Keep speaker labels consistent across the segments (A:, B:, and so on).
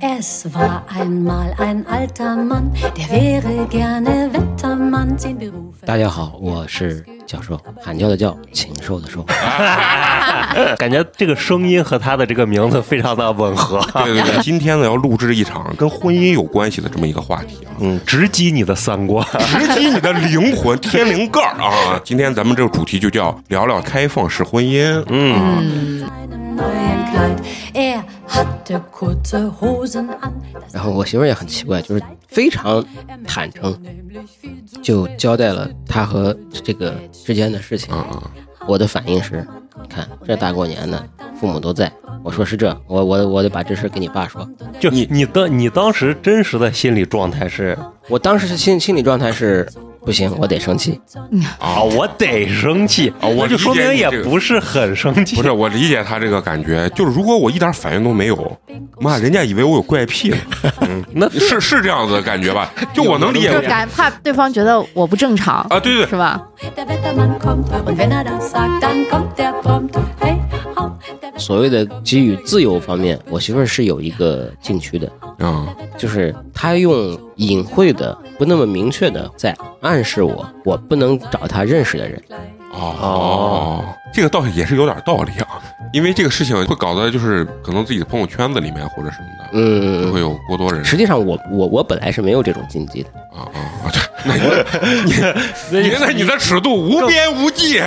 A: Es war einmal ein alter Mann, der wäre gerne Wettermann, zehn Berufe.
B: 大家好，我是教授，喊叫的叫，禽兽的兽。
C: 感觉这个声音和他的这个名字非常的吻合，
D: 对对 对，今天呢要录制一场跟婚姻有关系的这么一个话题啊，
C: 嗯， 直击你的三 观。
D: 直击你的灵魂天灵盖儿啊！今天咱们这个主题就叫聊聊开放式婚姻，嗯，
A: In einem neuen Kleid. Er hatte kurze Hosen an.
B: 然后我媳妇儿也很奇怪，就是非常坦诚，就交代了她和这个之间的事情。我的反应是，你看这大过年的，父母都在，我说是这，我我我得把这事跟你爸说。
C: 就你你的你当时真实的心理状态是
B: 我当时是心心理状态是不行，我得生气。
C: 啊，我得生气
D: 啊我
C: 那就说
D: 理解
C: 明
D: 你
C: 也
D: 这个
C: 不是很生气
D: 不。是我理解他这个感觉，就是如果我一点反应都没有，妈，人家以为我有怪癖了，嗯，
C: 那
D: 是是这样子的感觉吧？就我能理解
E: 就是感怕对方觉得我不正常
D: 啊，对对
E: 是吧？
A: Der Wettermann kommt und wenn er das sagt, dann kommt er prompt. Hey, hau, der
B: 所谓的给予自由方面，我媳妇儿是有一个禁区的，
D: 对，啊，
B: 就是她用隐晦的、不那么明确的在暗示我，我不能找她认识的人。
D: 哦，这个倒是也是有点道理啊，因为这个事情会搞得就是可能自己的朋友圈子里面或者什么的，
B: 嗯，
D: 就会有过多人
B: 实际上我，我我本来是没有这种禁忌的，
D: 啊啊啊！对，那你你那你的尺度无边无际，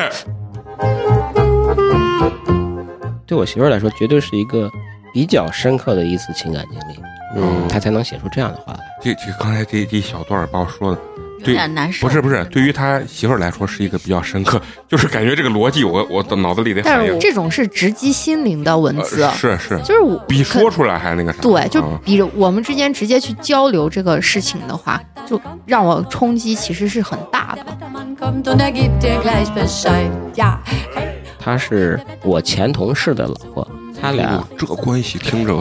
B: 对我媳妇儿来说，绝对是一个比较深刻的一次情感经历，嗯，她才能写出这样的话来。
D: 这这刚才这这一小段儿把我说的，
F: 有
D: 对，
F: 点难受。
D: 不是不是，对于他媳妇儿来说是一个比较深刻，就是感觉这个逻辑我我的脑子里得
E: 但
D: 反
E: 是
D: 应
E: 我，这种是直击心灵的文
D: 呃
E: 字，
D: 是是，
E: 就是我
D: 比
E: 可
D: 说出来还那个啥，
E: 对，就
D: 啊
E: 比我们之间直接去交流这个事情的话，就让我冲击其实是很大的。
A: Wettermann kommt und er gibt dir gleich Bescheid. Ja, hey.
B: 她是我前同事的老婆，他俩
E: 啊
D: 哦这关系听着，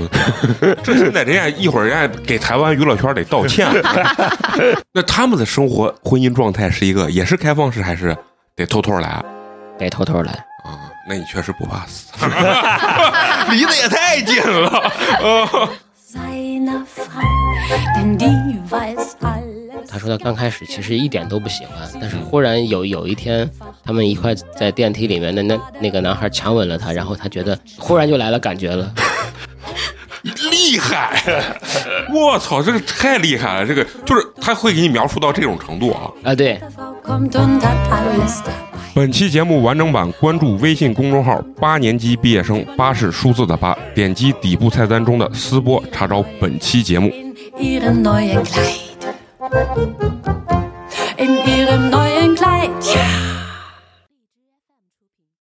D: 这现在人家一会儿人家给台湾娱乐圈得道歉。 那他们的生活婚姻状态是一个也是开放式还是得偷偷来啊？啊
B: 得偷偷来。
D: 那你确实不怕死， 离得也太近了。
A: Seiner Frau, denn die weiß alles.
B: 她说她刚开始其实一点都不喜欢，但是忽然有有一天，他们一块在电梯里面的那那个男孩强吻了她，然后她觉得忽然就来了感觉了。
D: 厉害！ 我操，这个太厉害了！这个就是他会给你描述到这种程度啊。
B: 啊，对，
A: Frau kommt und hat alles dabei.
D: 本期节目完整版关注微信公众号“八年级毕业生”，八是数字的八，点击底部菜单中的“私播”查找本期节目。
A: in ihren neuen Kleid.